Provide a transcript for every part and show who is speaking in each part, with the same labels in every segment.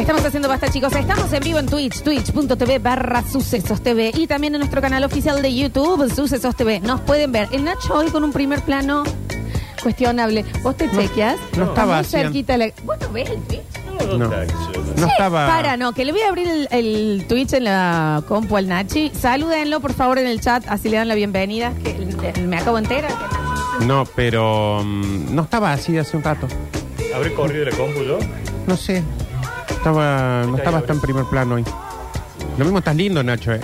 Speaker 1: Estamos haciendo basta, chicos. Estamos en vivo en Twitch, twitch.tv barra Sucesos TV. Y también en nuestro canal oficial de YouTube, Sucesos TV. Nos pueden ver. El Nacho hoy con un primer plano cuestionable. ¿Vos te chequeas?
Speaker 2: no
Speaker 1: Está
Speaker 2: estaba
Speaker 1: muy
Speaker 2: haciendo-
Speaker 1: cerquita la... ¿Vos no ves el Twitch?
Speaker 2: No. No
Speaker 1: Sí,
Speaker 2: estaba.
Speaker 1: Para, no, que le voy a abrir el, el Twitch en la compu al Nachi. Salúdenlo, por favor, en el chat. Así le dan la bienvenida. Que eh, me acabo entera.
Speaker 2: No, pero. mm, no estaba así hace un rato.
Speaker 3: ¿Habré corrido la compu yo?
Speaker 2: No sé. Estaba, no estabas tan en primer plano hoy. Lo mismo estás lindo, Nacho, ¿eh?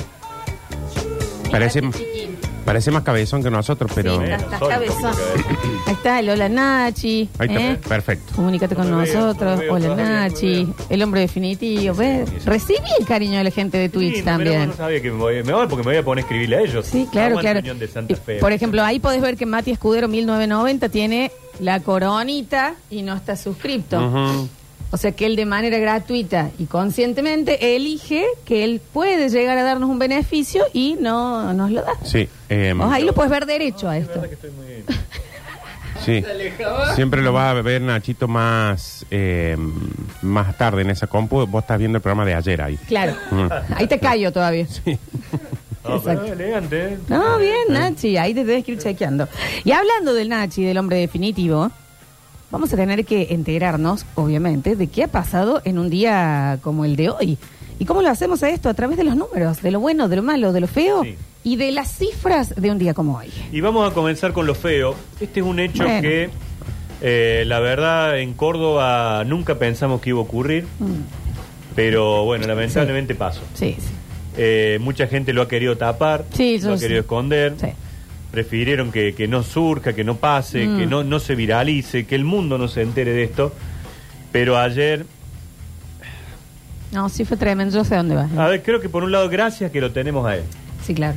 Speaker 2: Parece,
Speaker 1: Sí,
Speaker 2: parece más cabezón que nosotros, pero.
Speaker 1: estás-
Speaker 3: Bueno,
Speaker 1: estás
Speaker 3: soy un
Speaker 1: cabezón.
Speaker 3: poquito
Speaker 1: Ahí está el hola Nachi.
Speaker 2: Ahí está,
Speaker 1: ¿eh?
Speaker 2: perfecto.
Speaker 1: Comunícate con
Speaker 3: No me veo,
Speaker 1: nosotros.
Speaker 3: no me veo
Speaker 1: Hola
Speaker 3: todavía, no me
Speaker 1: Nachi,
Speaker 3: veo.
Speaker 1: el hombre definitivo. ¿Ves? Recibí el cariño de la gente de Twitch
Speaker 3: Sí, no, pero
Speaker 1: también.
Speaker 3: No sabía que me voy, me voy porque me voy a poner a escribirle a ellos.
Speaker 1: Sí, claro,
Speaker 3: Aguante
Speaker 1: claro.
Speaker 3: Unión de Santa
Speaker 1: Y,
Speaker 3: Fe.
Speaker 1: por ejemplo, ahí podés ver que Mati Escudero 1990 tiene la coronita y no está suscripto.
Speaker 2: Ujú.
Speaker 1: O sea que él de manera gratuita y conscientemente elige que él puede llegar a darnos un beneficio y no nos lo da.
Speaker 2: Sí. eh,
Speaker 1: Vos ahí lo puedes ver derecho a esto.
Speaker 2: sí. Siempre lo vas a ver, Nachito, más, eh, más tarde en esa compu. Vos estás viendo el programa de ayer ahí.
Speaker 1: Claro.
Speaker 2: Mm.
Speaker 1: Ahí te callo todavía.
Speaker 3: No, pero
Speaker 1: Exacto.
Speaker 3: elegante, ¿eh?
Speaker 1: No, bien, Nachi, ahí te tenés que ir chequeando. Y hablando del Nachi, del hombre definitivo, vamos a tener que enterarnos, obviamente, de qué ha pasado en un día como el de hoy. ¿Y cómo lo hacemos a esto? A través de los números, de lo bueno, de lo malo, de lo feo
Speaker 3: Sí.
Speaker 1: y de las cifras de un día como hoy.
Speaker 3: Y vamos a comenzar con lo feo. Este es un hecho
Speaker 1: Bueno.
Speaker 3: que, eh, la verdad, en Córdoba nunca pensamos que iba a ocurrir.
Speaker 1: Mm.
Speaker 3: Pero bueno, lamentablemente pasó.
Speaker 1: Sí, sí.
Speaker 3: Eh, mucha gente lo ha querido tapar,
Speaker 1: Sí, yo
Speaker 3: lo ha
Speaker 1: sí.
Speaker 3: querido esconder.
Speaker 1: Sí.
Speaker 3: Prefirieron que, que no surja, que no pase,
Speaker 1: Mm.
Speaker 3: que no, no se viralice, que el mundo no se entere de esto. Pero ayer,
Speaker 1: No, sí fue tremendo, yo sé dónde vas. ¿eh?
Speaker 3: a ver, creo que por un lado, gracias que lo tenemos a él.
Speaker 1: Sí, claro.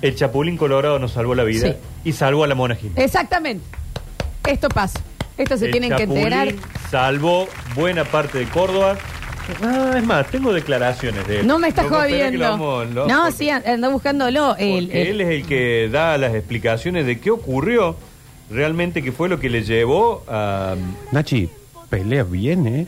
Speaker 3: El Chapulín Colorado nos salvó la vida
Speaker 1: Sí.
Speaker 3: y salvó a la Mona Gil.
Speaker 1: Exactamente. Esto pasa. Esto se
Speaker 3: El
Speaker 1: tienen que
Speaker 3: Chapulín eh,
Speaker 1: enterar.
Speaker 3: Salvó buena parte de Córdoba. Ah, es más, tengo declaraciones de él.
Speaker 1: No me estás
Speaker 3: Luego espero que
Speaker 1: jodiendo.
Speaker 3: lo vamos- lo-
Speaker 1: no,
Speaker 3: porque-
Speaker 1: sí, anda buscándolo.
Speaker 3: Porque
Speaker 1: El, el-
Speaker 3: él es el que da las explicaciones de qué ocurrió realmente, qué fue lo que le llevó a...
Speaker 2: Nachi, pelea bien, ¿eh?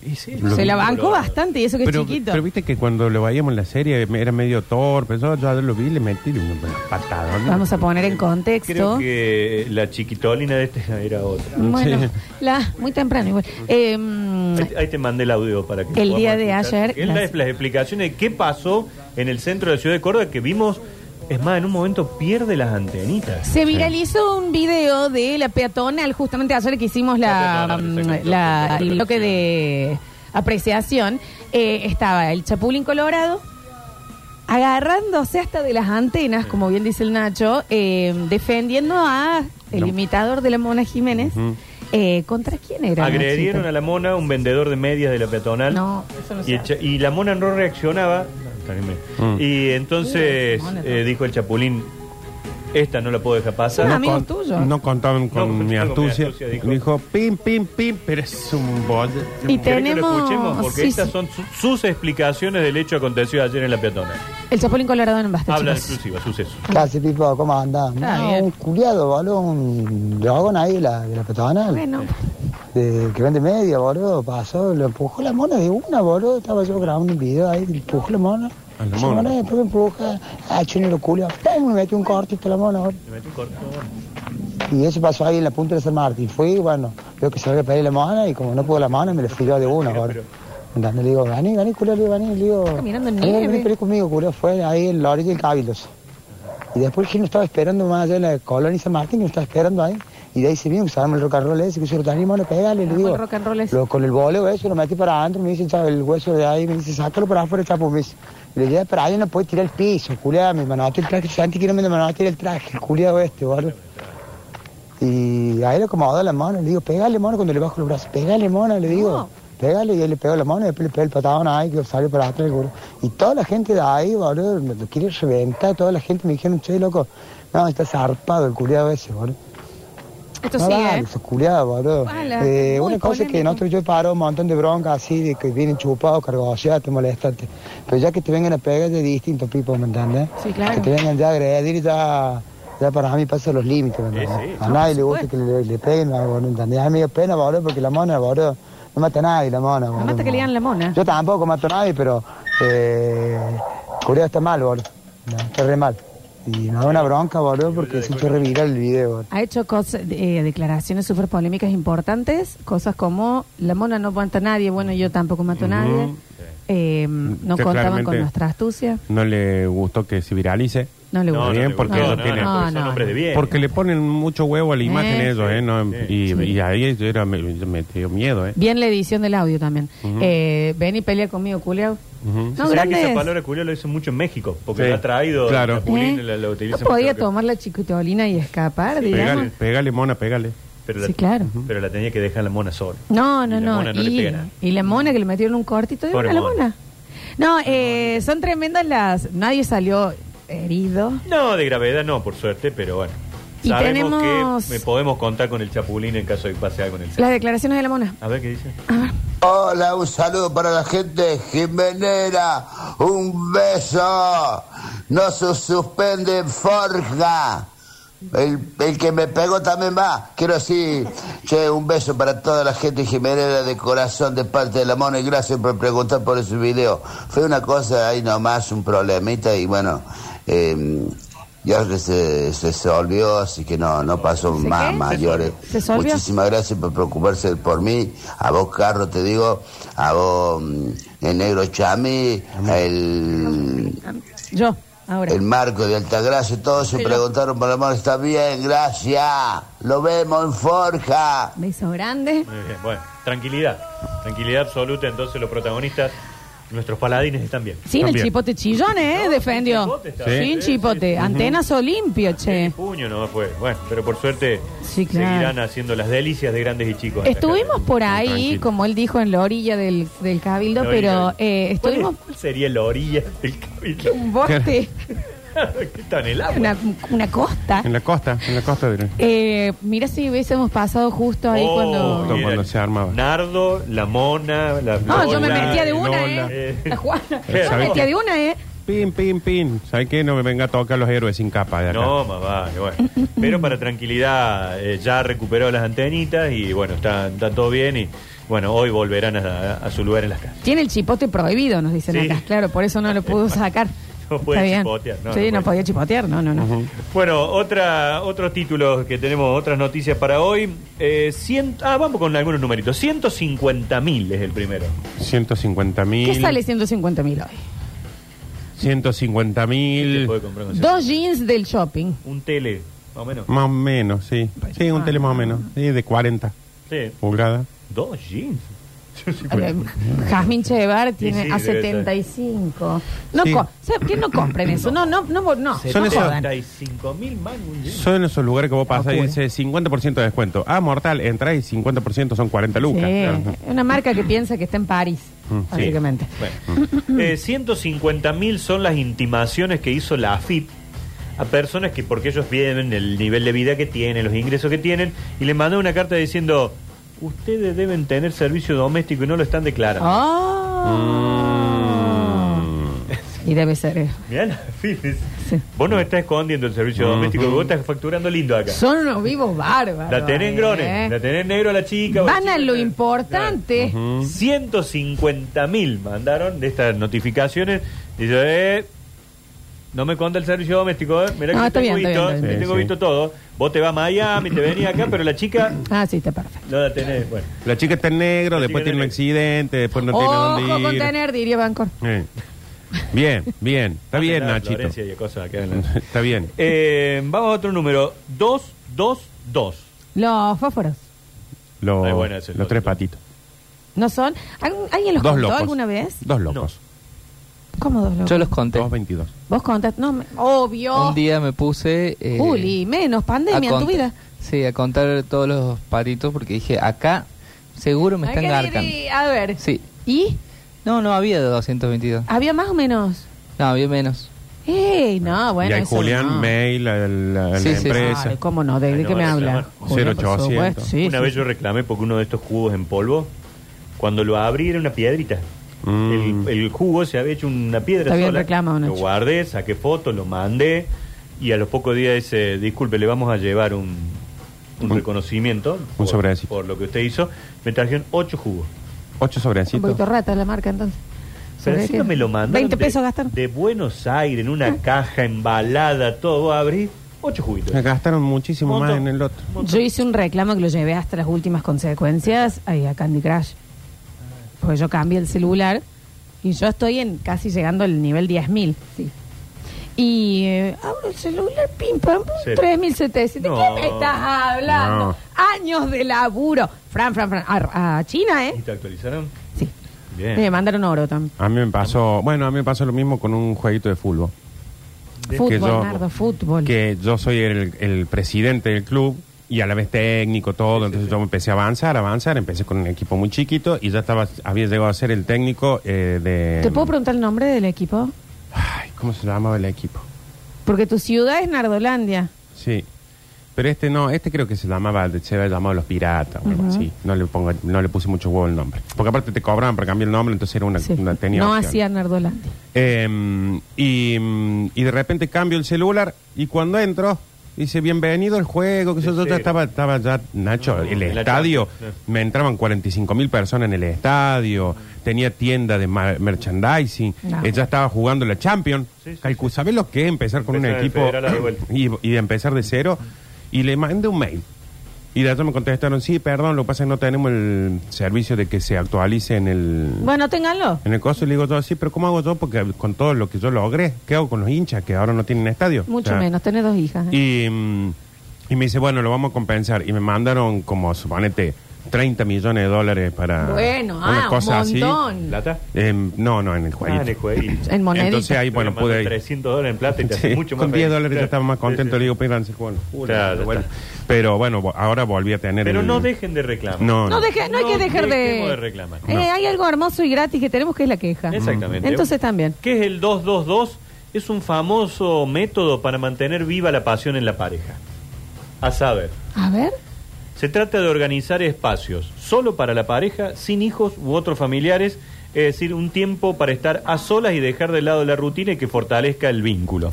Speaker 3: Y sí,
Speaker 2: Lo
Speaker 1: se la
Speaker 2: vi,
Speaker 1: bancó
Speaker 3: pero-
Speaker 1: bastante y eso que es
Speaker 2: Pero,
Speaker 1: chiquito.
Speaker 2: pero viste que cuando lo veíamos en la serie me- era medio torpe. Yo, yo lo vi y le metí un patadón.
Speaker 1: Vamos a poner en
Speaker 3: Creo
Speaker 1: contexto.
Speaker 3: que la chiquitolina de este era otra.
Speaker 1: Bueno,
Speaker 2: Sí.
Speaker 1: la, muy temprano igual. Eh, mm,
Speaker 3: Ahí, ahí te mandé el audio para que... lo
Speaker 1: El día
Speaker 3: podamos
Speaker 1: de
Speaker 3: escuchar.
Speaker 1: ayer,
Speaker 3: Él da
Speaker 1: las-
Speaker 3: las explicaciones de qué pasó en el centro de la ciudad de Córdoba que vimos... Es más, en un momento pierde las antenitas.
Speaker 1: se viralizó un video de la peatonal justamente ayer que hicimos la,
Speaker 3: La peatonal,
Speaker 1: mm,
Speaker 3: exacto.
Speaker 1: la- el
Speaker 3: Apreciación.
Speaker 1: bloque de apreciación. Eh, estaba el Chapulín Colorado agarrándose hasta de las antenas, como bien dice el Nacho, eh, defendiendo a el
Speaker 2: No.
Speaker 1: imitador de la Mona Jiménez.
Speaker 2: Ujú.
Speaker 1: Eh, ¿Contra quién era?
Speaker 3: Agredieron
Speaker 1: Nachito?
Speaker 3: a la mona, un vendedor de medias de la peatonal.
Speaker 1: No, eso no
Speaker 3: y, el
Speaker 1: se
Speaker 3: cha- y la mona no reaccionaba.
Speaker 2: Mm.
Speaker 3: Y
Speaker 1: Sí,
Speaker 3: entonces
Speaker 1: mona, no.
Speaker 3: eh, dijo el chapulín, esta no la puedo dejar pasar.
Speaker 1: No, amigo tuyo.
Speaker 2: No contaban con
Speaker 3: No,
Speaker 2: mi
Speaker 3: contaban con mi
Speaker 2: astucia.
Speaker 3: astucia, dijo.
Speaker 2: dijo. pim, pim, pim, pero es un bot.
Speaker 1: Y te-
Speaker 3: ¿Querés que
Speaker 1: Tenemos-
Speaker 3: lo escuchemos? Porque
Speaker 1: sí,
Speaker 3: estas
Speaker 1: sí.
Speaker 3: son su- sus explicaciones del hecho acontecido ayer en la peatonal.
Speaker 1: El Chapulín Colorado en Basta,
Speaker 3: Habla en
Speaker 1: chicos.
Speaker 3: exclusiva, suceso.
Speaker 4: Casi Pipo? ¿Cómo andás?
Speaker 1: Está
Speaker 4: No,
Speaker 1: bien.
Speaker 4: un culiado, boludo, un dragón ahí de la, de la peatonal,
Speaker 1: Bueno,
Speaker 4: de- que vende media, boludo, pasó, lo empujó la mona de una, boludo, estaba yo grabando un video ahí, empujó la mona.
Speaker 2: A la
Speaker 4: Sí,
Speaker 2: mona.
Speaker 4: después me empuja, ah, chino lo culo, ¡pum! me metió un cortito la mona, boludo.
Speaker 3: Me metí un corto.
Speaker 4: Y eso pasó ahí en la punta de San Martín. Fui, bueno, veo que se había pedido la mona y como no pudo la mona, me le fui yo de una, boludo. Entonces le digo, vení, vení, culo, le digo, vení, le digo.
Speaker 1: caminando en
Speaker 4: "Vení,
Speaker 1: nieve.
Speaker 4: vení, peleé conmigo, culo, fue ahí en la orilla del Cabildos. Y después el Gino estaba esperando más allá en la colonia San Martín, que me estaba esperando ahí. Y de ahí se vino, usamos el rock and roll ese, que se lo tenía mano, pegale, le
Speaker 1: Armó
Speaker 4: digo.
Speaker 1: el rock and roll ese.
Speaker 4: lo- con el boleo eso, lo metí para adentro, me dice, "Chao, el hueso de ahí, me dice, sácalo para afuera, chapo, me dice. Y le dije, "Ah, pero ahí no puede tirar el piso, culiado, me manoteó el traje, Santi que no me manoteó el traje, el culiado este, boludo. Y ahí le acomodó la mano, le digo, pegale mano cuando le bajo los brazos, pegale mano, le digo,
Speaker 1: No.
Speaker 4: pegale, y él le pegó la mano y después le pegó el patadón ahí que salió para atrás el culo. Y toda la gente de ahí, boludo, me lo quiere reventar, toda la gente me dijeron, che, loco, no, está zarpado el culiado ese, boludo.
Speaker 1: esto
Speaker 4: no,
Speaker 1: sigue.
Speaker 4: vale,
Speaker 1: ¿eh?
Speaker 4: esos culiados, boludo.
Speaker 1: Ala,
Speaker 4: Eh,
Speaker 1: muy
Speaker 4: una cosa es que
Speaker 1: polémico.
Speaker 4: nosotros yo paro un montón de broncas así, de que vienen chupados, cargoseados, te molestaste. Pero ya que te vengan a pegar de distintos tipos, ¿me entendés?
Speaker 1: Sí, claro.
Speaker 4: Que te vengan ya a agredir, ya, ya para mí pasa los límites, ¿me
Speaker 3: sí.
Speaker 4: entendés? A nadie le
Speaker 1: por
Speaker 4: gusta que le, le peguen, ¿no? ¿entendés? A mí me da pena, boludo, porque la mona, boludo, no mata a nadie la mona,
Speaker 1: No
Speaker 4: boludo.
Speaker 1: mata que le digan la mona.
Speaker 4: Yo tampoco mato a nadie, pero eh, Corea está mal, boludo. No, Está re mal. Y me da una bronca, boludo, porque se hizo revirar el video, boludo.
Speaker 1: Ha hecho cosas, eh, declaraciones súper polémicas importantes, cosas como la mona no mata a nadie, bueno, yo tampoco mato a nadie, eh, no
Speaker 2: Sí,
Speaker 1: contaban con
Speaker 2: claramente.
Speaker 1: nuestra astucia,
Speaker 2: No le gustó que se viralice.
Speaker 1: no le
Speaker 3: No,
Speaker 1: gusta.
Speaker 3: no,
Speaker 2: Bien,
Speaker 3: le
Speaker 2: porque
Speaker 3: gustó,
Speaker 2: no
Speaker 3: no,
Speaker 2: tiene-
Speaker 3: no, porque son
Speaker 1: no,
Speaker 3: hombres de bien.
Speaker 2: Porque le ponen mucho huevo a la imagen
Speaker 1: Eh.
Speaker 2: ellos, ¿eh? No, y,
Speaker 1: Sí.
Speaker 2: y ahí yo era, me, me dio miedo, ¿eh?
Speaker 1: Bien la edición del audio también.
Speaker 2: Ujú.
Speaker 1: Eh, ven y pelea conmigo, culiao.
Speaker 2: Ujú.
Speaker 1: No,
Speaker 3: ¿Será que
Speaker 1: grandes.
Speaker 3: esa palabra culiao lo hizo mucho en México? Porque
Speaker 2: Sí.
Speaker 3: la ha traído
Speaker 2: Claro.
Speaker 3: Chapulín,
Speaker 1: ¿Eh?
Speaker 3: la, la utiliza
Speaker 1: no podía
Speaker 3: mucho.
Speaker 1: tomar la chiquitolina y escapar, digamos.
Speaker 2: Pégale, pégale, mona, pégale.
Speaker 3: Pero la,
Speaker 1: Sí, claro.
Speaker 3: Pero la tenía que dejar la mona sola.
Speaker 1: No,
Speaker 3: Y
Speaker 1: no,
Speaker 3: la
Speaker 1: no.
Speaker 3: mona no le
Speaker 1: y,
Speaker 3: pega nada.
Speaker 1: y la mona que le metieron un cortito de
Speaker 3: Pobre
Speaker 1: una a la
Speaker 3: mona.
Speaker 1: mona. No, eh, son tremendas las. Nadie salió herido.
Speaker 3: No, de gravedad no, por suerte, pero bueno.
Speaker 1: Y
Speaker 3: Sabemos
Speaker 1: tenemos-
Speaker 3: que me podemos contar con el Chapulín en caso de que pase algo en el
Speaker 1: Las
Speaker 3: centro.
Speaker 1: declaraciones de la mona.
Speaker 3: A ver qué dice.
Speaker 5: Hola, un saludo para la gente de Jimenera. Un beso. No se suspende Forja. El, el que me pegó también va. Quiero decir, che, un beso para toda la gente de Jimenera de corazón de parte de la Mona y gracias por preguntar por ese video. Fue una cosa ahí nomás, un problemita y bueno, eh, ya se, se solvió, así que no, no pasó
Speaker 1: ¿Se
Speaker 5: más
Speaker 1: qué?
Speaker 5: mayores.
Speaker 1: ¿Se solvió?
Speaker 5: Muchísimas gracias por preocuparse por mí. A vos, Carlos, te digo. A vos, mm, el negro Chami, el,
Speaker 1: Yo, ahora.
Speaker 5: el Marco de Altagracia. Todos se preguntaron por la mano. Está bien, gracias. Lo vemos en Forja.
Speaker 1: Beso grande.
Speaker 3: Muy bien, bueno, tranquilidad. Tranquilidad absoluta, entonces los protagonistas, nuestros paladines están bien.
Speaker 1: Sin el
Speaker 2: También.
Speaker 1: chipote chillón, ¿eh? Defendió.
Speaker 3: sin chipote está.
Speaker 1: Sin
Speaker 3: Sí.
Speaker 1: chipote. Antenas Olimpio,
Speaker 3: El
Speaker 1: che.
Speaker 3: puño no fue. Bueno, pero por suerte
Speaker 1: Este. Sí, claro.
Speaker 3: seguirán haciendo las delicias de grandes y chicos.
Speaker 1: Estuvimos por ahí,
Speaker 2: Tranquilo.
Speaker 1: como él dijo, en la orilla del, del cabildo,
Speaker 3: La orilla
Speaker 1: pero
Speaker 3: del-
Speaker 1: eh,
Speaker 3: ¿Cuál es-
Speaker 1: estuvimos
Speaker 3: cuál sería la orilla del cabildo?
Speaker 1: un bote,
Speaker 3: que está en el agua.
Speaker 1: una, una costa.
Speaker 2: En la costa, en la costa. De...
Speaker 1: Eh, mira si hubiésemos pasado justo ahí
Speaker 3: Oh,
Speaker 1: cuando...
Speaker 2: Justo
Speaker 3: mira,
Speaker 2: cuando se armaba.
Speaker 3: Nardo, la mona, la
Speaker 1: No, Ah, yo me
Speaker 3: Lola,
Speaker 1: metía de una,
Speaker 2: Lola.
Speaker 1: ¿eh? La Juana.
Speaker 3: Eh,
Speaker 1: Yo me metía de una, ¿eh?
Speaker 2: Pin, pin, pin. ¿Sabes qué? No me venga a tocar los héroes sin capa de acá.
Speaker 3: No, más vale, bueno. Pero para tranquilidad, eh, ya recuperó las antenitas y bueno, está, está todo bien y bueno, hoy volverán a, a su lugar en las casas.
Speaker 1: Tiene el chipote prohibido, nos dicen
Speaker 3: Sí.
Speaker 1: acá. Claro, por eso no lo pudo sacar.
Speaker 3: No puede
Speaker 1: Está bien.
Speaker 3: chipotear, no,
Speaker 1: sí,
Speaker 3: no
Speaker 1: no,
Speaker 3: puede.
Speaker 1: podía chipotear, no, no, no.
Speaker 3: Bueno, otra, otros títulos que tenemos, otras noticias para hoy. Eh, cien- ah, vamos con algunos numeritos. 150 mil es el primero.
Speaker 2: 150 mil.
Speaker 1: ¿Qué sale 150 mil hoy?
Speaker 2: 150
Speaker 3: Se
Speaker 2: mil.
Speaker 3: puede comprar con
Speaker 1: Dos jeans del shopping.
Speaker 3: Un tele, más o menos.
Speaker 2: Más o menos, sí. Sí, un tele más o menos. Sí, de 40
Speaker 3: Sí.
Speaker 2: pulgadas.
Speaker 3: Dos jeans.
Speaker 1: Eh, Jazmín Chevar
Speaker 3: Sí,
Speaker 1: tiene
Speaker 3: sí,
Speaker 1: a
Speaker 3: debe
Speaker 1: 75. No,
Speaker 2: Sí.
Speaker 1: co- ¿sabe qué? No compren eso. No, no, no, no.
Speaker 2: Son
Speaker 1: no
Speaker 2: esos-
Speaker 1: jodan.
Speaker 3: 75 mil más un jean.
Speaker 2: Son esos lugares que vos pasás y
Speaker 1: Locura.
Speaker 2: dice 50% de descuento. Ah, mortal, entrás y 50% son 40 lucas.
Speaker 1: Sí,
Speaker 2: Ajá.
Speaker 1: es una marca que piensa que está en París,
Speaker 2: Mm, sí.
Speaker 1: básicamente.
Speaker 3: Bueno, eh, 150 mil son las intimaciones que hizo la AFIP a personas que, porque ellos vienen el nivel de vida que tienen, los ingresos que tienen, y le mandó una carta diciendo: Ustedes deben tener servicio doméstico y no lo están
Speaker 2: Mm.
Speaker 3: declarando.
Speaker 1: Ah. Oh. Y debe ser. eh,
Speaker 3: Mirá la AFIP. es-
Speaker 1: sí.
Speaker 3: Vos no estás escondiendo el servicio doméstico, vos estás facturando lindo acá.
Speaker 1: Son unos vivos bárbaros.
Speaker 3: La tenés en grones,
Speaker 1: eh.
Speaker 3: la tenés negro a la chica. o la
Speaker 1: Van a
Speaker 3: chica-
Speaker 1: lo importante.
Speaker 3: 150 mil mandaron de estas notificaciones. Dice, eh, no me conta el servicio doméstico, eh. Mirá
Speaker 1: No,
Speaker 3: que
Speaker 1: está
Speaker 3: te tengo
Speaker 1: bien, está
Speaker 3: visto,
Speaker 1: bien, está
Speaker 3: te
Speaker 2: bien.
Speaker 3: tengo
Speaker 2: Sí, sí.
Speaker 3: visto todo. Vos te vas a Miami, te venís acá, pero la chica
Speaker 1: Ah, sí, está perfecto.
Speaker 3: no la tenés. Bueno,
Speaker 2: La chica está en negro,
Speaker 3: La
Speaker 2: después
Speaker 3: chica
Speaker 2: tiene un
Speaker 3: está
Speaker 2: accidente, después no tiene
Speaker 1: Ojo
Speaker 2: dónde
Speaker 1: con
Speaker 2: ir.
Speaker 1: tener, diría Bancor.
Speaker 2: Eh. Bien, bien. Está bien,
Speaker 3: Nada,
Speaker 2: Nachito.
Speaker 3: Florencia y cosas acá en la-
Speaker 2: Está bien.
Speaker 3: Eh, vamos a otro número: 2, 2, 2.
Speaker 1: Los fósforos.
Speaker 2: Los,
Speaker 3: Ay, bueno, ese es
Speaker 2: los
Speaker 3: otro.
Speaker 2: tres patitos.
Speaker 1: ¿No son? ¿Algu- ¿Alguien los
Speaker 2: Dos
Speaker 1: contó
Speaker 2: locos.
Speaker 1: alguna vez?
Speaker 2: Dos locos.
Speaker 1: ¿Cómo dos locos?
Speaker 6: Yo los conté.
Speaker 2: Dos veintidós.
Speaker 1: Vos contaste. No, me- obvio.
Speaker 6: Un día me puse. eh,
Speaker 1: Juli, menos pandemia en tu
Speaker 6: cont-
Speaker 1: vida.
Speaker 6: Sí, a contar todos los patitos porque dije, acá seguro me están
Speaker 1: Ay,
Speaker 6: garcando.
Speaker 1: querida, A ver.
Speaker 6: Sí.
Speaker 1: ¿Y?
Speaker 6: No, no había de 222.
Speaker 1: ¿Había más o menos?
Speaker 6: No, había menos.
Speaker 1: ¡Ey! No, Ah, bueno.
Speaker 2: y hay
Speaker 1: eso
Speaker 2: Julián,
Speaker 1: no.
Speaker 2: mail a la, a
Speaker 6: Sí,
Speaker 2: la
Speaker 6: sí, sí.
Speaker 2: empresa.
Speaker 1: Claro, ¿Cómo no? ¿De,
Speaker 3: Ay,
Speaker 1: de
Speaker 3: no
Speaker 1: qué me
Speaker 3: van a
Speaker 1: habla?
Speaker 3: llamar.
Speaker 1: Julián, por
Speaker 2: 0800.
Speaker 1: supuesto. Sí,
Speaker 3: una
Speaker 1: sí,
Speaker 3: vez
Speaker 1: sí.
Speaker 3: yo reclamé porque uno de estos jugos en polvo, cuando lo abrí era una piedrita.
Speaker 2: Mm.
Speaker 3: El, el jugo se había hecho una piedra
Speaker 1: Está bien
Speaker 3: sola.
Speaker 1: reclamado,
Speaker 3: lo
Speaker 1: Nacho.
Speaker 3: guardé, saqué fotos, lo mandé y a los pocos días dice, disculpe, le vamos a llevar un, un
Speaker 2: Un-
Speaker 3: reconocimiento
Speaker 2: sobrecito.
Speaker 3: por lo que usted hizo. Me trajeron ocho jugos.
Speaker 2: Ocho
Speaker 1: Un poquito
Speaker 2: sobrecitos.
Speaker 1: rata la marca entonces.
Speaker 3: Pero
Speaker 1: ¿Sobre
Speaker 3: encima
Speaker 1: qué?
Speaker 3: me lo mandaron
Speaker 1: 20
Speaker 3: de-
Speaker 1: pesos Ah. gastan.
Speaker 3: De Buenos Aires, en una caja embalada, todo. Vos abrís ocho juguitos.
Speaker 2: Me gastaron muchísimo más
Speaker 3: Montón.
Speaker 2: en el otro.
Speaker 1: Yo hice un reclamo que lo llevé hasta las últimas consecuencias ahí a Candy Crush. Pues yo cambié el celular y yo estoy en casi llegando al nivel 10.000. Sí. Y eh, abro el celular, pim, pam, pum,
Speaker 3: Sí.
Speaker 1: 3.700. ¿De
Speaker 3: No.
Speaker 1: qué me estás hablando?
Speaker 2: No.
Speaker 1: Años de laburo. Fran, Fran, Fran. A, a China,
Speaker 3: ¿Y
Speaker 1: ¿eh?
Speaker 3: te actualizaron?
Speaker 1: Sí.
Speaker 3: Bien.
Speaker 1: Me mandaron oro también.
Speaker 2: A mí me pasó, bueno, a mí me pasó lo mismo con un jueguito de fútbol.
Speaker 1: Fútbol,
Speaker 2: que yo-
Speaker 1: Nardo, fútbol.
Speaker 2: Que yo soy el, el presidente del club y a la vez técnico, todo. Entonces yo me empecé a avanzar, a avanzar. Empecé con un equipo muy chiquito y ya estaba, había llegado a ser el técnico eh, de.
Speaker 1: ¿Te puedo preguntar el nombre del equipo?
Speaker 2: Ay, ¿cómo se llamaba el equipo?
Speaker 1: Porque tu ciudad es Nardolandia.
Speaker 2: Sí. Pero este no, este creo que se llamaba, se había llamado Los Piratas o algo así. No le, pongo, no le puse mucho huevo el nombre. Porque aparte te cobraban para cambiar el nombre, entonces era una,
Speaker 1: Sí.
Speaker 2: una tenía
Speaker 1: No
Speaker 2: opción.
Speaker 1: hacía Nardolandia.
Speaker 2: Eh, y, mm, y de repente cambio el celular y cuando entro dice bienvenido al juego, que
Speaker 3: De
Speaker 2: yo, yo ya
Speaker 3: cero.
Speaker 2: estaba, estaba ya, Nacho,
Speaker 3: No,
Speaker 2: el
Speaker 3: en la
Speaker 2: estadio,
Speaker 3: Champions,
Speaker 2: me entraban 45 mil personas en el estadio, tenía tienda de ma- merchandising,
Speaker 1: No.
Speaker 2: eh, ya estaba jugando la Champions,
Speaker 3: Sí, sí,
Speaker 2: Calcu-
Speaker 3: sí.
Speaker 2: ¿sabés lo que es empezar con
Speaker 3: Empezar
Speaker 2: un
Speaker 3: de
Speaker 2: equipo
Speaker 3: federal a la vuelta.
Speaker 2: y, y de empezar de cero? Y le mandé un mail. Y de hecho me contestaron, sí, perdón, lo que pasa es que no tenemos el servicio de que se actualice en el...
Speaker 1: Bueno, ténganlo.
Speaker 2: En el coso le digo yo, sí, pero ¿cómo hago yo? Porque con todo lo que yo logré, ¿qué hago con los hinchas que ahora no tienen estadio?
Speaker 1: Mucho
Speaker 2: O sea,
Speaker 1: menos, tenés dos hijas. ¿eh?
Speaker 2: Y, mm, y me dice, bueno, lo vamos a compensar. Y me mandaron como, suponete, 30 millones de dólares para
Speaker 1: Bueno, ah, un montón.
Speaker 3: ¿Plata?
Speaker 2: Em, no, no, en el
Speaker 3: Ah,
Speaker 2: jueguito.
Speaker 3: en el jueguito.
Speaker 1: En monedita.
Speaker 2: Entonces ahí,
Speaker 3: Yo
Speaker 2: bueno,
Speaker 3: le mando
Speaker 2: pude ir.
Speaker 3: 300 dólares en plata y te hace
Speaker 2: Sí,
Speaker 3: mucho más
Speaker 2: con 10
Speaker 3: feliz.
Speaker 2: dólares
Speaker 3: Claro.
Speaker 2: ya estaba más contento.
Speaker 3: Sí, sí.
Speaker 2: Le digo, péganse el juego. Uy,
Speaker 3: Claro,
Speaker 2: la
Speaker 3: ya
Speaker 2: vuelta.
Speaker 3: está.
Speaker 2: Pero bueno, vo- ahora volví a tener
Speaker 3: Pero
Speaker 2: el-
Speaker 3: no dejen de reclamar.
Speaker 1: No,
Speaker 2: No, no.
Speaker 1: deje- no hay
Speaker 3: No
Speaker 1: que dejar de...
Speaker 3: dejemos de reclamar.
Speaker 1: Eh,
Speaker 2: No.
Speaker 1: Hay algo hermoso y gratis que tenemos que es la queja.
Speaker 3: Exactamente.
Speaker 1: Entonces también.
Speaker 3: ¿Qué es el 222? Es un famoso método para mantener viva la pasión en la pareja. A saber,
Speaker 1: A ver.
Speaker 3: se trata de organizar espacios solo para la pareja, sin hijos u otros familiares, es decir, un tiempo para estar a solas y dejar de lado la rutina y que fortalezca el vínculo.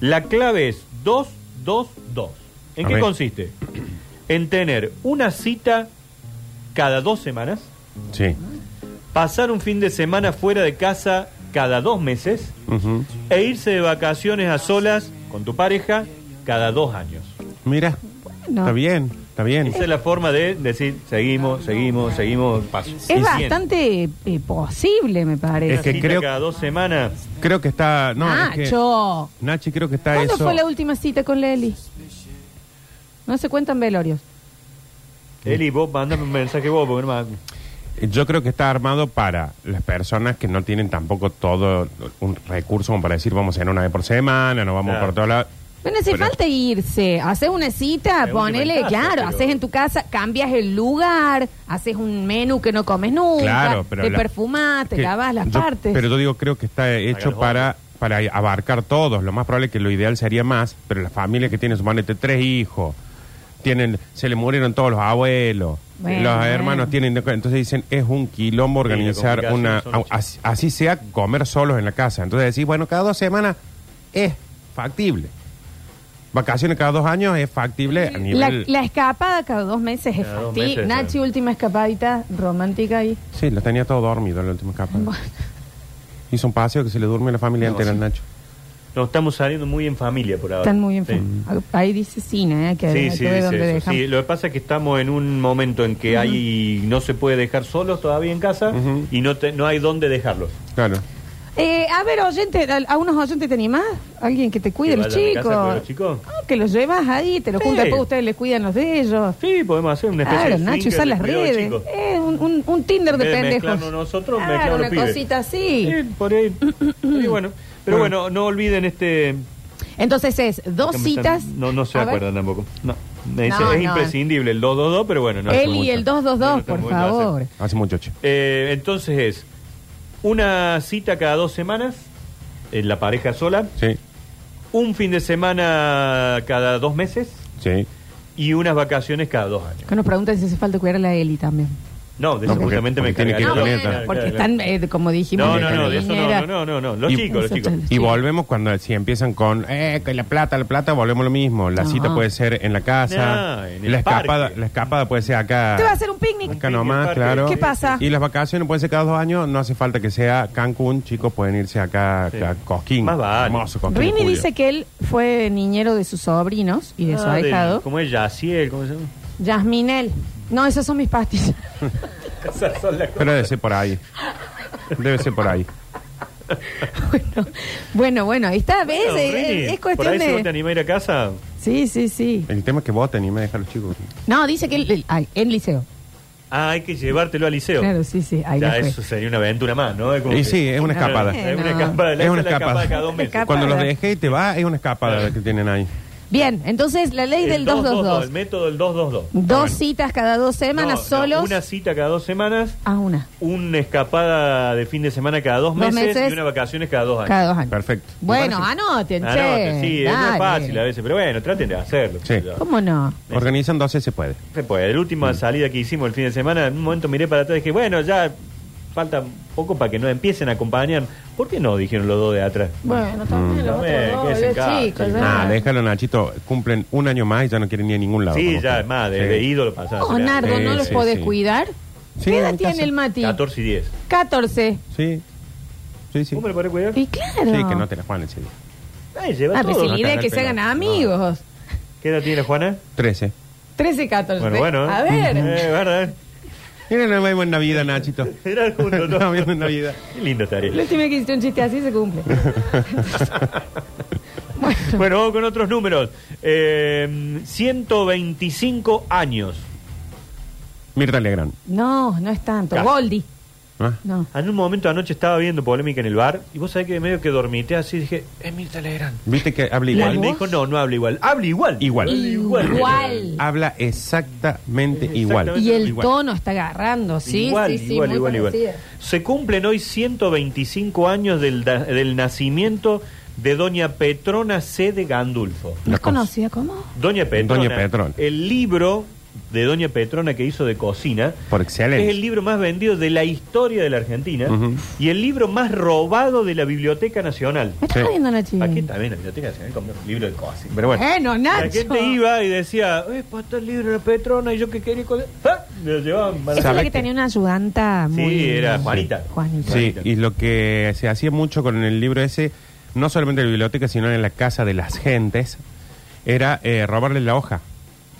Speaker 3: La clave es 222. ¿En
Speaker 2: A
Speaker 3: qué
Speaker 2: ver.
Speaker 3: consiste? En tener una cita cada dos semanas,
Speaker 2: Sí.
Speaker 3: pasar un fin de semana fuera de casa cada dos meses
Speaker 2: Ujú.
Speaker 3: e irse de vacaciones a solas con tu pareja cada dos años.
Speaker 2: Mira,
Speaker 1: Bueno.
Speaker 2: está bien, está bien.
Speaker 3: Esa es la forma de decir, seguimos, seguimos, seguimos, paso.
Speaker 1: Es
Speaker 3: Siguiente.
Speaker 1: bastante eh, posible, me parece.
Speaker 2: Es
Speaker 3: Una
Speaker 2: que
Speaker 3: cita
Speaker 2: creo-
Speaker 3: Cada dos semanas.
Speaker 2: Creo que está. No,
Speaker 1: Ah,
Speaker 2: es que-
Speaker 1: Nacho.
Speaker 2: Nachi, creo que está
Speaker 1: ¿Cuándo
Speaker 2: eso.
Speaker 1: fue la última cita con Leli? No se cuentan velorios.
Speaker 3: Eli, vos mandame un mensaje vos, porque no me-
Speaker 2: Yo creo que está armado para las personas que no tienen tampoco todo un recurso como para decir vamos a ir una vez por semana, no vamos
Speaker 3: Claro.
Speaker 2: por todos lados.
Speaker 1: Bueno, hace
Speaker 2: Pero-
Speaker 1: falta irse. Haces una cita,
Speaker 3: Es un
Speaker 1: ponele,
Speaker 3: inventazo,
Speaker 1: claro,
Speaker 3: pero-
Speaker 1: haces en tu casa, cambias el lugar, haces un menú que no comes nunca,
Speaker 2: Claro, pero
Speaker 1: te
Speaker 2: la-
Speaker 1: perfumas, te
Speaker 2: que
Speaker 1: lavas las
Speaker 2: yo-
Speaker 1: partes.
Speaker 2: Pero yo digo, creo que está hecho
Speaker 3: los
Speaker 2: para, para abarcar todos. Lo más probable es que lo ideal sería más, pero las familias que tienen, suponete, tres hijos, tienen se le murieron todos los abuelos,
Speaker 1: Bueno,
Speaker 2: los
Speaker 1: bueno.
Speaker 2: hermanos tienen... Entonces dicen, es un quilombo
Speaker 3: Sí, la
Speaker 2: organizar
Speaker 3: complicación
Speaker 2: una...
Speaker 3: son los
Speaker 2: Así, así sea comer solos en la casa. Entonces decís, bueno, cada dos semanas es factible. Vacaciones cada dos años es factible a
Speaker 1: La,
Speaker 2: nivel...
Speaker 1: la escapada cada dos meses es
Speaker 3: Cada dos
Speaker 1: factible.
Speaker 3: meses,
Speaker 1: Nachi,
Speaker 3: claro.
Speaker 1: última escapadita romántica ahí.
Speaker 2: Sí, lo tenía todo dormido en la última capa.
Speaker 1: Bueno.
Speaker 2: Hizo un paseo que se le duerme a la familia entera, al Nacho.
Speaker 3: Nos estamos saliendo muy en familia por ahora.
Speaker 1: Están muy
Speaker 3: Sí.
Speaker 1: enfermos. Ahí dice cine, ¿eh? que
Speaker 3: Sí,
Speaker 1: que
Speaker 3: sí,
Speaker 1: ve
Speaker 3: dice
Speaker 1: dónde
Speaker 3: eso.
Speaker 1: dejamos.
Speaker 3: Sí, lo que pasa es que estamos en un momento en que hay no se puede dejar solos todavía en casa
Speaker 2: Ujú.
Speaker 3: y no, te- no hay dónde dejarlos.
Speaker 2: Claro.
Speaker 1: Eh, a ver, oyente, a, a unos oyentes te animás. Alguien que te cuide
Speaker 3: Que
Speaker 1: los
Speaker 3: vayan a mi
Speaker 1: chicos.
Speaker 3: casa con los chicos.
Speaker 1: Ah, que los llevas ahí, te los
Speaker 3: Sí.
Speaker 1: juntas, después ustedes les cuidan los de ellos.
Speaker 3: Sí, podemos hacer una especie
Speaker 1: Claro,
Speaker 3: de
Speaker 1: Nacho,
Speaker 3: swinger
Speaker 1: usar
Speaker 3: de
Speaker 1: las
Speaker 3: cuidado de
Speaker 1: redes.
Speaker 3: chicos.
Speaker 1: Eh, un, un- un Tinder de
Speaker 3: En vez de
Speaker 1: pendejos.
Speaker 3: mezclarnos nosotros,
Speaker 1: Claro,
Speaker 3: mezclar a los
Speaker 1: una
Speaker 3: pibes.
Speaker 1: cosita así.
Speaker 3: Sí, por ahí. Sí, bueno. Pero bueno. no olviden este.
Speaker 1: Entonces es dos
Speaker 3: que me están-
Speaker 1: citas.
Speaker 3: No, no se
Speaker 1: A ver,
Speaker 3: acuerdan tampoco. No. Me dice,
Speaker 1: No,
Speaker 3: es
Speaker 1: no.
Speaker 3: imprescindible el 222, pero bueno. No
Speaker 1: él
Speaker 3: hace
Speaker 1: y
Speaker 3: mucho.
Speaker 1: el 222,
Speaker 3: No, no
Speaker 1: por
Speaker 3: hace mucho, hace-
Speaker 1: favor.
Speaker 2: Hace mucho, che.
Speaker 3: Eh, entonces es una cita cada dos semanas en la pareja sola,
Speaker 2: Sí,
Speaker 3: un fin de semana cada dos meses
Speaker 2: sí.
Speaker 3: y unas vacaciones cada dos años.
Speaker 1: Que nos pregunten si hace falta cuidar a la Eli también.
Speaker 3: No, de eso
Speaker 2: No, porque-
Speaker 3: justamente me
Speaker 2: porque tiene
Speaker 3: encargaré.
Speaker 2: que
Speaker 1: No,
Speaker 2: ir
Speaker 1: Ah,
Speaker 2: con
Speaker 1: bueno,
Speaker 2: él, claro,
Speaker 1: porque están, eh, como dijimos,
Speaker 3: No,
Speaker 1: de
Speaker 3: no, no, de eso
Speaker 1: niñera.
Speaker 3: no, no, no, no, los
Speaker 1: Y-
Speaker 3: chicos, los chicos.
Speaker 2: Y volvemos cuando si empiezan con eh, que la plata, la plata, volvemos lo mismo. La
Speaker 1: Ajá.
Speaker 2: cita puede ser en la casa,
Speaker 3: Nah, Ah, en el
Speaker 2: la escapada,
Speaker 3: parque.
Speaker 2: la escapada puede ser acá.
Speaker 1: Te va a hacer un picnic.
Speaker 2: Acá nomás,
Speaker 3: parque.
Speaker 2: claro.
Speaker 1: ¿Qué pasa?
Speaker 2: Y las vacaciones pueden ser cada dos años, no hace falta que sea Cancún, chicos, pueden irse acá
Speaker 3: Sí.
Speaker 2: a Cosquín.
Speaker 3: Más vale.
Speaker 2: Hermoso Cosquín. en
Speaker 1: Rini
Speaker 2: julio.
Speaker 1: dice que él fue niñero de sus sobrinos y de su
Speaker 3: Ah, del-
Speaker 1: ahijado.
Speaker 3: ¿Cómo es Yaciel? ¿Cómo se llama?
Speaker 1: Yasminel. No, esas son mis pastillas.
Speaker 3: Esas son las
Speaker 2: Pero debe ser por ahí. Debe ser por ahí.
Speaker 1: bueno, bueno, bueno, ahí está, ¿ves?
Speaker 3: Bueno,
Speaker 1: Eh,
Speaker 3: Rini,
Speaker 1: eh, es
Speaker 3: Por
Speaker 1: cuestión
Speaker 3: ahí si vos te
Speaker 1: de.
Speaker 3: animás a ir a casa,
Speaker 1: Sí, sí, sí.
Speaker 2: El tema es que voten y me dejan los chicos.
Speaker 1: No, dice que él. él- ay, en liceo.
Speaker 3: ah, hay que llevártelo al liceo.
Speaker 1: Claro, sí, sí. Ahí
Speaker 3: ya,
Speaker 1: la fue.
Speaker 3: eso sería una aventura más, ¿no? Es como
Speaker 2: Y
Speaker 3: que-
Speaker 2: sí, es una
Speaker 1: Claro.
Speaker 2: escapada.
Speaker 1: Eh,
Speaker 3: Es una
Speaker 1: no.
Speaker 3: escapada.
Speaker 2: Es una
Speaker 3: esa la
Speaker 2: escapada.
Speaker 3: cada dos meses.
Speaker 1: Escapada.
Speaker 2: Cuando los dejé y te vas, es una escapada que tienen ahí.
Speaker 1: Bien, entonces la ley
Speaker 3: El
Speaker 1: del
Speaker 3: 222,
Speaker 1: 222.
Speaker 3: El método del 222.
Speaker 1: Dos citas cada dos semanas,
Speaker 3: No, no,
Speaker 1: solos.
Speaker 3: Una cita cada dos semanas,
Speaker 1: Ah, una.
Speaker 3: una escapada de fin de semana cada dos,
Speaker 1: Dos
Speaker 3: meses,
Speaker 1: meses.
Speaker 3: y una vacaciones cada dos años.
Speaker 1: Cada dos años.
Speaker 2: Perfecto.
Speaker 1: Bueno,
Speaker 2: Me
Speaker 1: anoten, che.
Speaker 3: Anoten, sí, es- no
Speaker 1: dale.
Speaker 3: es fácil a veces, pero bueno, traten de hacerlo.
Speaker 2: Sí.
Speaker 1: ¿Cómo no?
Speaker 2: Organizan 12 se puede.
Speaker 3: Se puede. La última salida que hicimos el fin de semana, en un momento miré para atrás y dije, bueno, ya falta poco para que nos empiecen a acompañar. ¿Por qué no? Dijeron los dos de atrás.
Speaker 1: Bueno, también los
Speaker 3: También,
Speaker 1: otros dos,
Speaker 3: quédense en
Speaker 1: los
Speaker 3: casa.
Speaker 1: chicos, ya.
Speaker 2: Nada, Ah, déjalo, Nachito. Cumplen un año más y ya no quieren ir a ningún lado.
Speaker 3: sí,
Speaker 2: como
Speaker 3: ya,
Speaker 2: que-
Speaker 3: es más, de,
Speaker 2: Sí.
Speaker 3: de ídolo pasado.
Speaker 1: No, Oh, Nardo,
Speaker 2: Sí,
Speaker 1: ¿no los
Speaker 2: sí,
Speaker 1: podés
Speaker 2: sí.
Speaker 1: cuidar?
Speaker 2: Sí,
Speaker 1: ¿Qué edad
Speaker 2: en
Speaker 1: tiene
Speaker 2: casa.
Speaker 1: el Mati?
Speaker 3: 14 y 10.
Speaker 1: 14.
Speaker 2: Sí. Sí, sí.
Speaker 3: ¿Cómo me lo podés cuidar?
Speaker 1: Y claro.
Speaker 2: Sí, que no te la juegan en serio.
Speaker 3: Ay, lleva
Speaker 1: Ah, pero
Speaker 3: todo.
Speaker 1: si la idea es
Speaker 2: no
Speaker 1: que
Speaker 2: te
Speaker 1: se
Speaker 2: la-
Speaker 1: hagan
Speaker 2: no.
Speaker 1: amigos.
Speaker 3: ¿Qué edad tiene la Juana?
Speaker 2: 13.
Speaker 1: 13 y 14.
Speaker 3: Bueno, bueno.
Speaker 1: Pues A
Speaker 3: ¿eh?
Speaker 1: ver.
Speaker 3: Eh, bueno,
Speaker 2: Mira, no vemos en Navidad, Nachito.
Speaker 3: eh. Era juntos, ¿no?
Speaker 2: No vemos en Navidad.
Speaker 3: Qué lindo estaría.
Speaker 1: La última vez que hiciste un chiste así se cumple. bueno,
Speaker 3: Bueno, vamos con otros números. Eh, 125 años.
Speaker 2: Mirta Legrand.
Speaker 1: no, no es tanto.
Speaker 3: Casi.
Speaker 1: Goldi.
Speaker 2: ¿Ah?
Speaker 1: No.
Speaker 3: En un momento anoche estaba viendo polémica en el bar y vos sabés que medio que dormité así dije, es Mirta Legrand.
Speaker 2: Viste que habla
Speaker 3: Y él
Speaker 2: igual.
Speaker 3: me dijo, no, no habla igual. Habla igual.
Speaker 2: Igual.
Speaker 1: Igual.
Speaker 2: Habla exactamente igual.
Speaker 1: Y el
Speaker 2: Igual.
Speaker 1: tono está agarrando, sí,
Speaker 3: igual,
Speaker 1: sí, sí,
Speaker 3: igual,
Speaker 1: muy
Speaker 3: igual, igual.
Speaker 1: parecida.
Speaker 3: Se cumplen hoy 125 años del, da- del nacimiento de doña Petrona C. de Gandulfo.
Speaker 1: ¿No
Speaker 2: La
Speaker 1: es
Speaker 2: cosa.
Speaker 1: conocida cómo?
Speaker 3: Doña Petrona.
Speaker 2: Doña Petrona.
Speaker 3: El libro de Doña Petrona que hizo de cocina.
Speaker 2: Por excelencia.
Speaker 3: Es el libro más vendido de la historia de la Argentina
Speaker 2: Ujú.
Speaker 3: y el libro más robado de la Biblioteca Nacional.
Speaker 1: Me estás
Speaker 2: Sí.
Speaker 1: jodiendo, Nachi.
Speaker 3: Aquí también la Biblioteca Nacional compró un libro de cocina. Pero bueno.
Speaker 1: Bueno, Nacho.
Speaker 3: La gente iba y decía, eh, para estar libro de Petrona y yo que quería con ¡Ah! Me lo llevaban para-
Speaker 1: Esa es la
Speaker 2: ¿Sabes
Speaker 1: que
Speaker 2: qué?
Speaker 1: tenía una ayudanta
Speaker 3: Sí,
Speaker 1: muy...
Speaker 3: era Juanita.
Speaker 1: Juanita.
Speaker 2: Sí, y lo que se hacía mucho con el libro ese, no solamente en la biblioteca, sino en la casa de las gentes, era eh, robarle la hoja.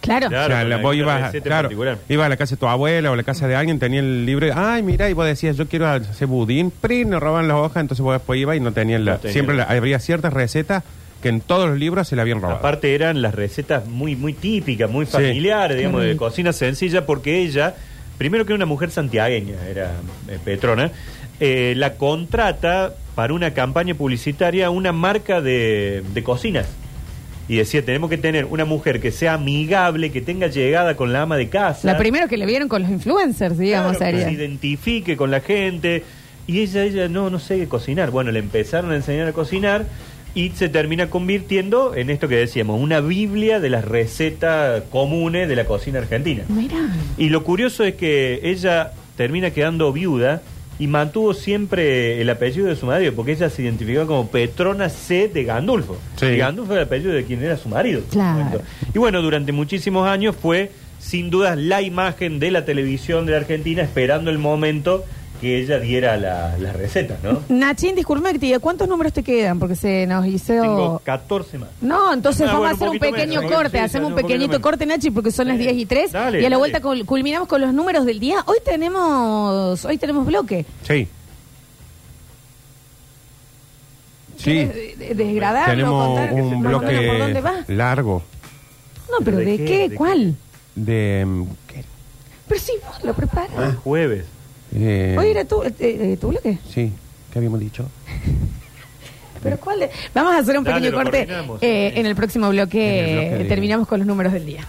Speaker 1: Claro.
Speaker 3: Claro,
Speaker 2: o sea,
Speaker 3: con
Speaker 2: la-
Speaker 3: la-
Speaker 2: vos
Speaker 3: con la
Speaker 2: ibas, a-
Speaker 3: receta en
Speaker 2: claro,
Speaker 3: particular.
Speaker 2: ibas a la casa de tu abuela o la casa de alguien, tenía el libro, y, ay, mira, y vos decías, yo quiero hacer budín, prin, nos roban las hojas, entonces vos después ibas y no tenían la...
Speaker 3: No tenían.
Speaker 2: Siempre la- había ciertas recetas que en todos los libros se la habían robado.
Speaker 3: Aparte eran las recetas muy, muy típicas, muy
Speaker 2: Sí.
Speaker 3: familiares,
Speaker 1: Qué
Speaker 3: digamos, de
Speaker 1: rico.
Speaker 3: cocina sencilla, porque ella, primero que una mujer santiagueña, era eh, Petrona, eh, la contrata para una campaña publicitaria una marca de, de cocinas. Y decía, tenemos que tener una mujer que sea amigable, que tenga llegada con la ama de casa.
Speaker 1: La primera que le vieron con los influencers, digamos,
Speaker 3: Claro, que
Speaker 1: sería.
Speaker 3: se identifique con la gente. Y ella, ella, no, no sé cocinar. Bueno, le empezaron a enseñar a cocinar y se termina convirtiendo en esto que decíamos, una biblia de las recetas comunes de la cocina argentina.
Speaker 1: Mira.
Speaker 3: Y lo curioso es que ella termina quedando viuda y mantuvo siempre el apellido de su marido, porque ella se identificaba como Petrona C. de Gandulfo.
Speaker 2: Sí.
Speaker 3: Y Gandulfo era el apellido de quien era su marido.
Speaker 1: Claro.
Speaker 3: Y bueno, durante muchísimos años fue, sin dudas, la imagen de la televisión de la Argentina esperando el momento que ella diera la, las recetas, ¿no?
Speaker 1: Nachín, disculpe que te diga, ¿cuántos números te quedan? Porque se nos hizo...
Speaker 3: Tengo 14 más.
Speaker 1: No, entonces
Speaker 3: Ah,
Speaker 1: vamos
Speaker 3: bueno,
Speaker 1: a hacer
Speaker 3: un
Speaker 1: un
Speaker 3: poquito
Speaker 1: pequeño
Speaker 3: menos,
Speaker 1: corte,
Speaker 3: sí,
Speaker 1: hacemos
Speaker 3: sí,
Speaker 1: un
Speaker 3: un poquito
Speaker 1: pequeñito
Speaker 3: menos.
Speaker 1: corte, Nachi, porque son las
Speaker 3: Sí.
Speaker 1: 10 y 3.
Speaker 3: Dale,
Speaker 1: y a la
Speaker 3: dale.
Speaker 1: vuelta cul- culminamos con los números del día. Hoy tenemos, hoy tenemos bloque.
Speaker 2: Sí. Sí,
Speaker 1: ¿Quieres de- de- Desgradarlo,
Speaker 2: tenemos
Speaker 1: contar que se-
Speaker 2: un
Speaker 1: más o menos por dónde
Speaker 2: bloque
Speaker 1: va.
Speaker 2: largo
Speaker 1: No, pero ¿de, qué?
Speaker 3: ¿De qué?
Speaker 1: ¿Cuál?
Speaker 2: de... mm, ¿qué?
Speaker 1: Pero sí, vos lo
Speaker 2: Ah,
Speaker 1: preparas.
Speaker 3: Jueves.
Speaker 2: Eh,
Speaker 1: Hoy era tu, eh, eh, tu bloque.
Speaker 2: Sí, ¿qué habíamos dicho?
Speaker 1: Pero ¿cuál de- Vamos a hacer un
Speaker 3: Dale,
Speaker 1: pequeño
Speaker 3: lo
Speaker 1: corte
Speaker 3: coordinamos.
Speaker 1: eh, en el próximo bloque.
Speaker 2: En el bloque de-
Speaker 1: Terminamos con los números del día.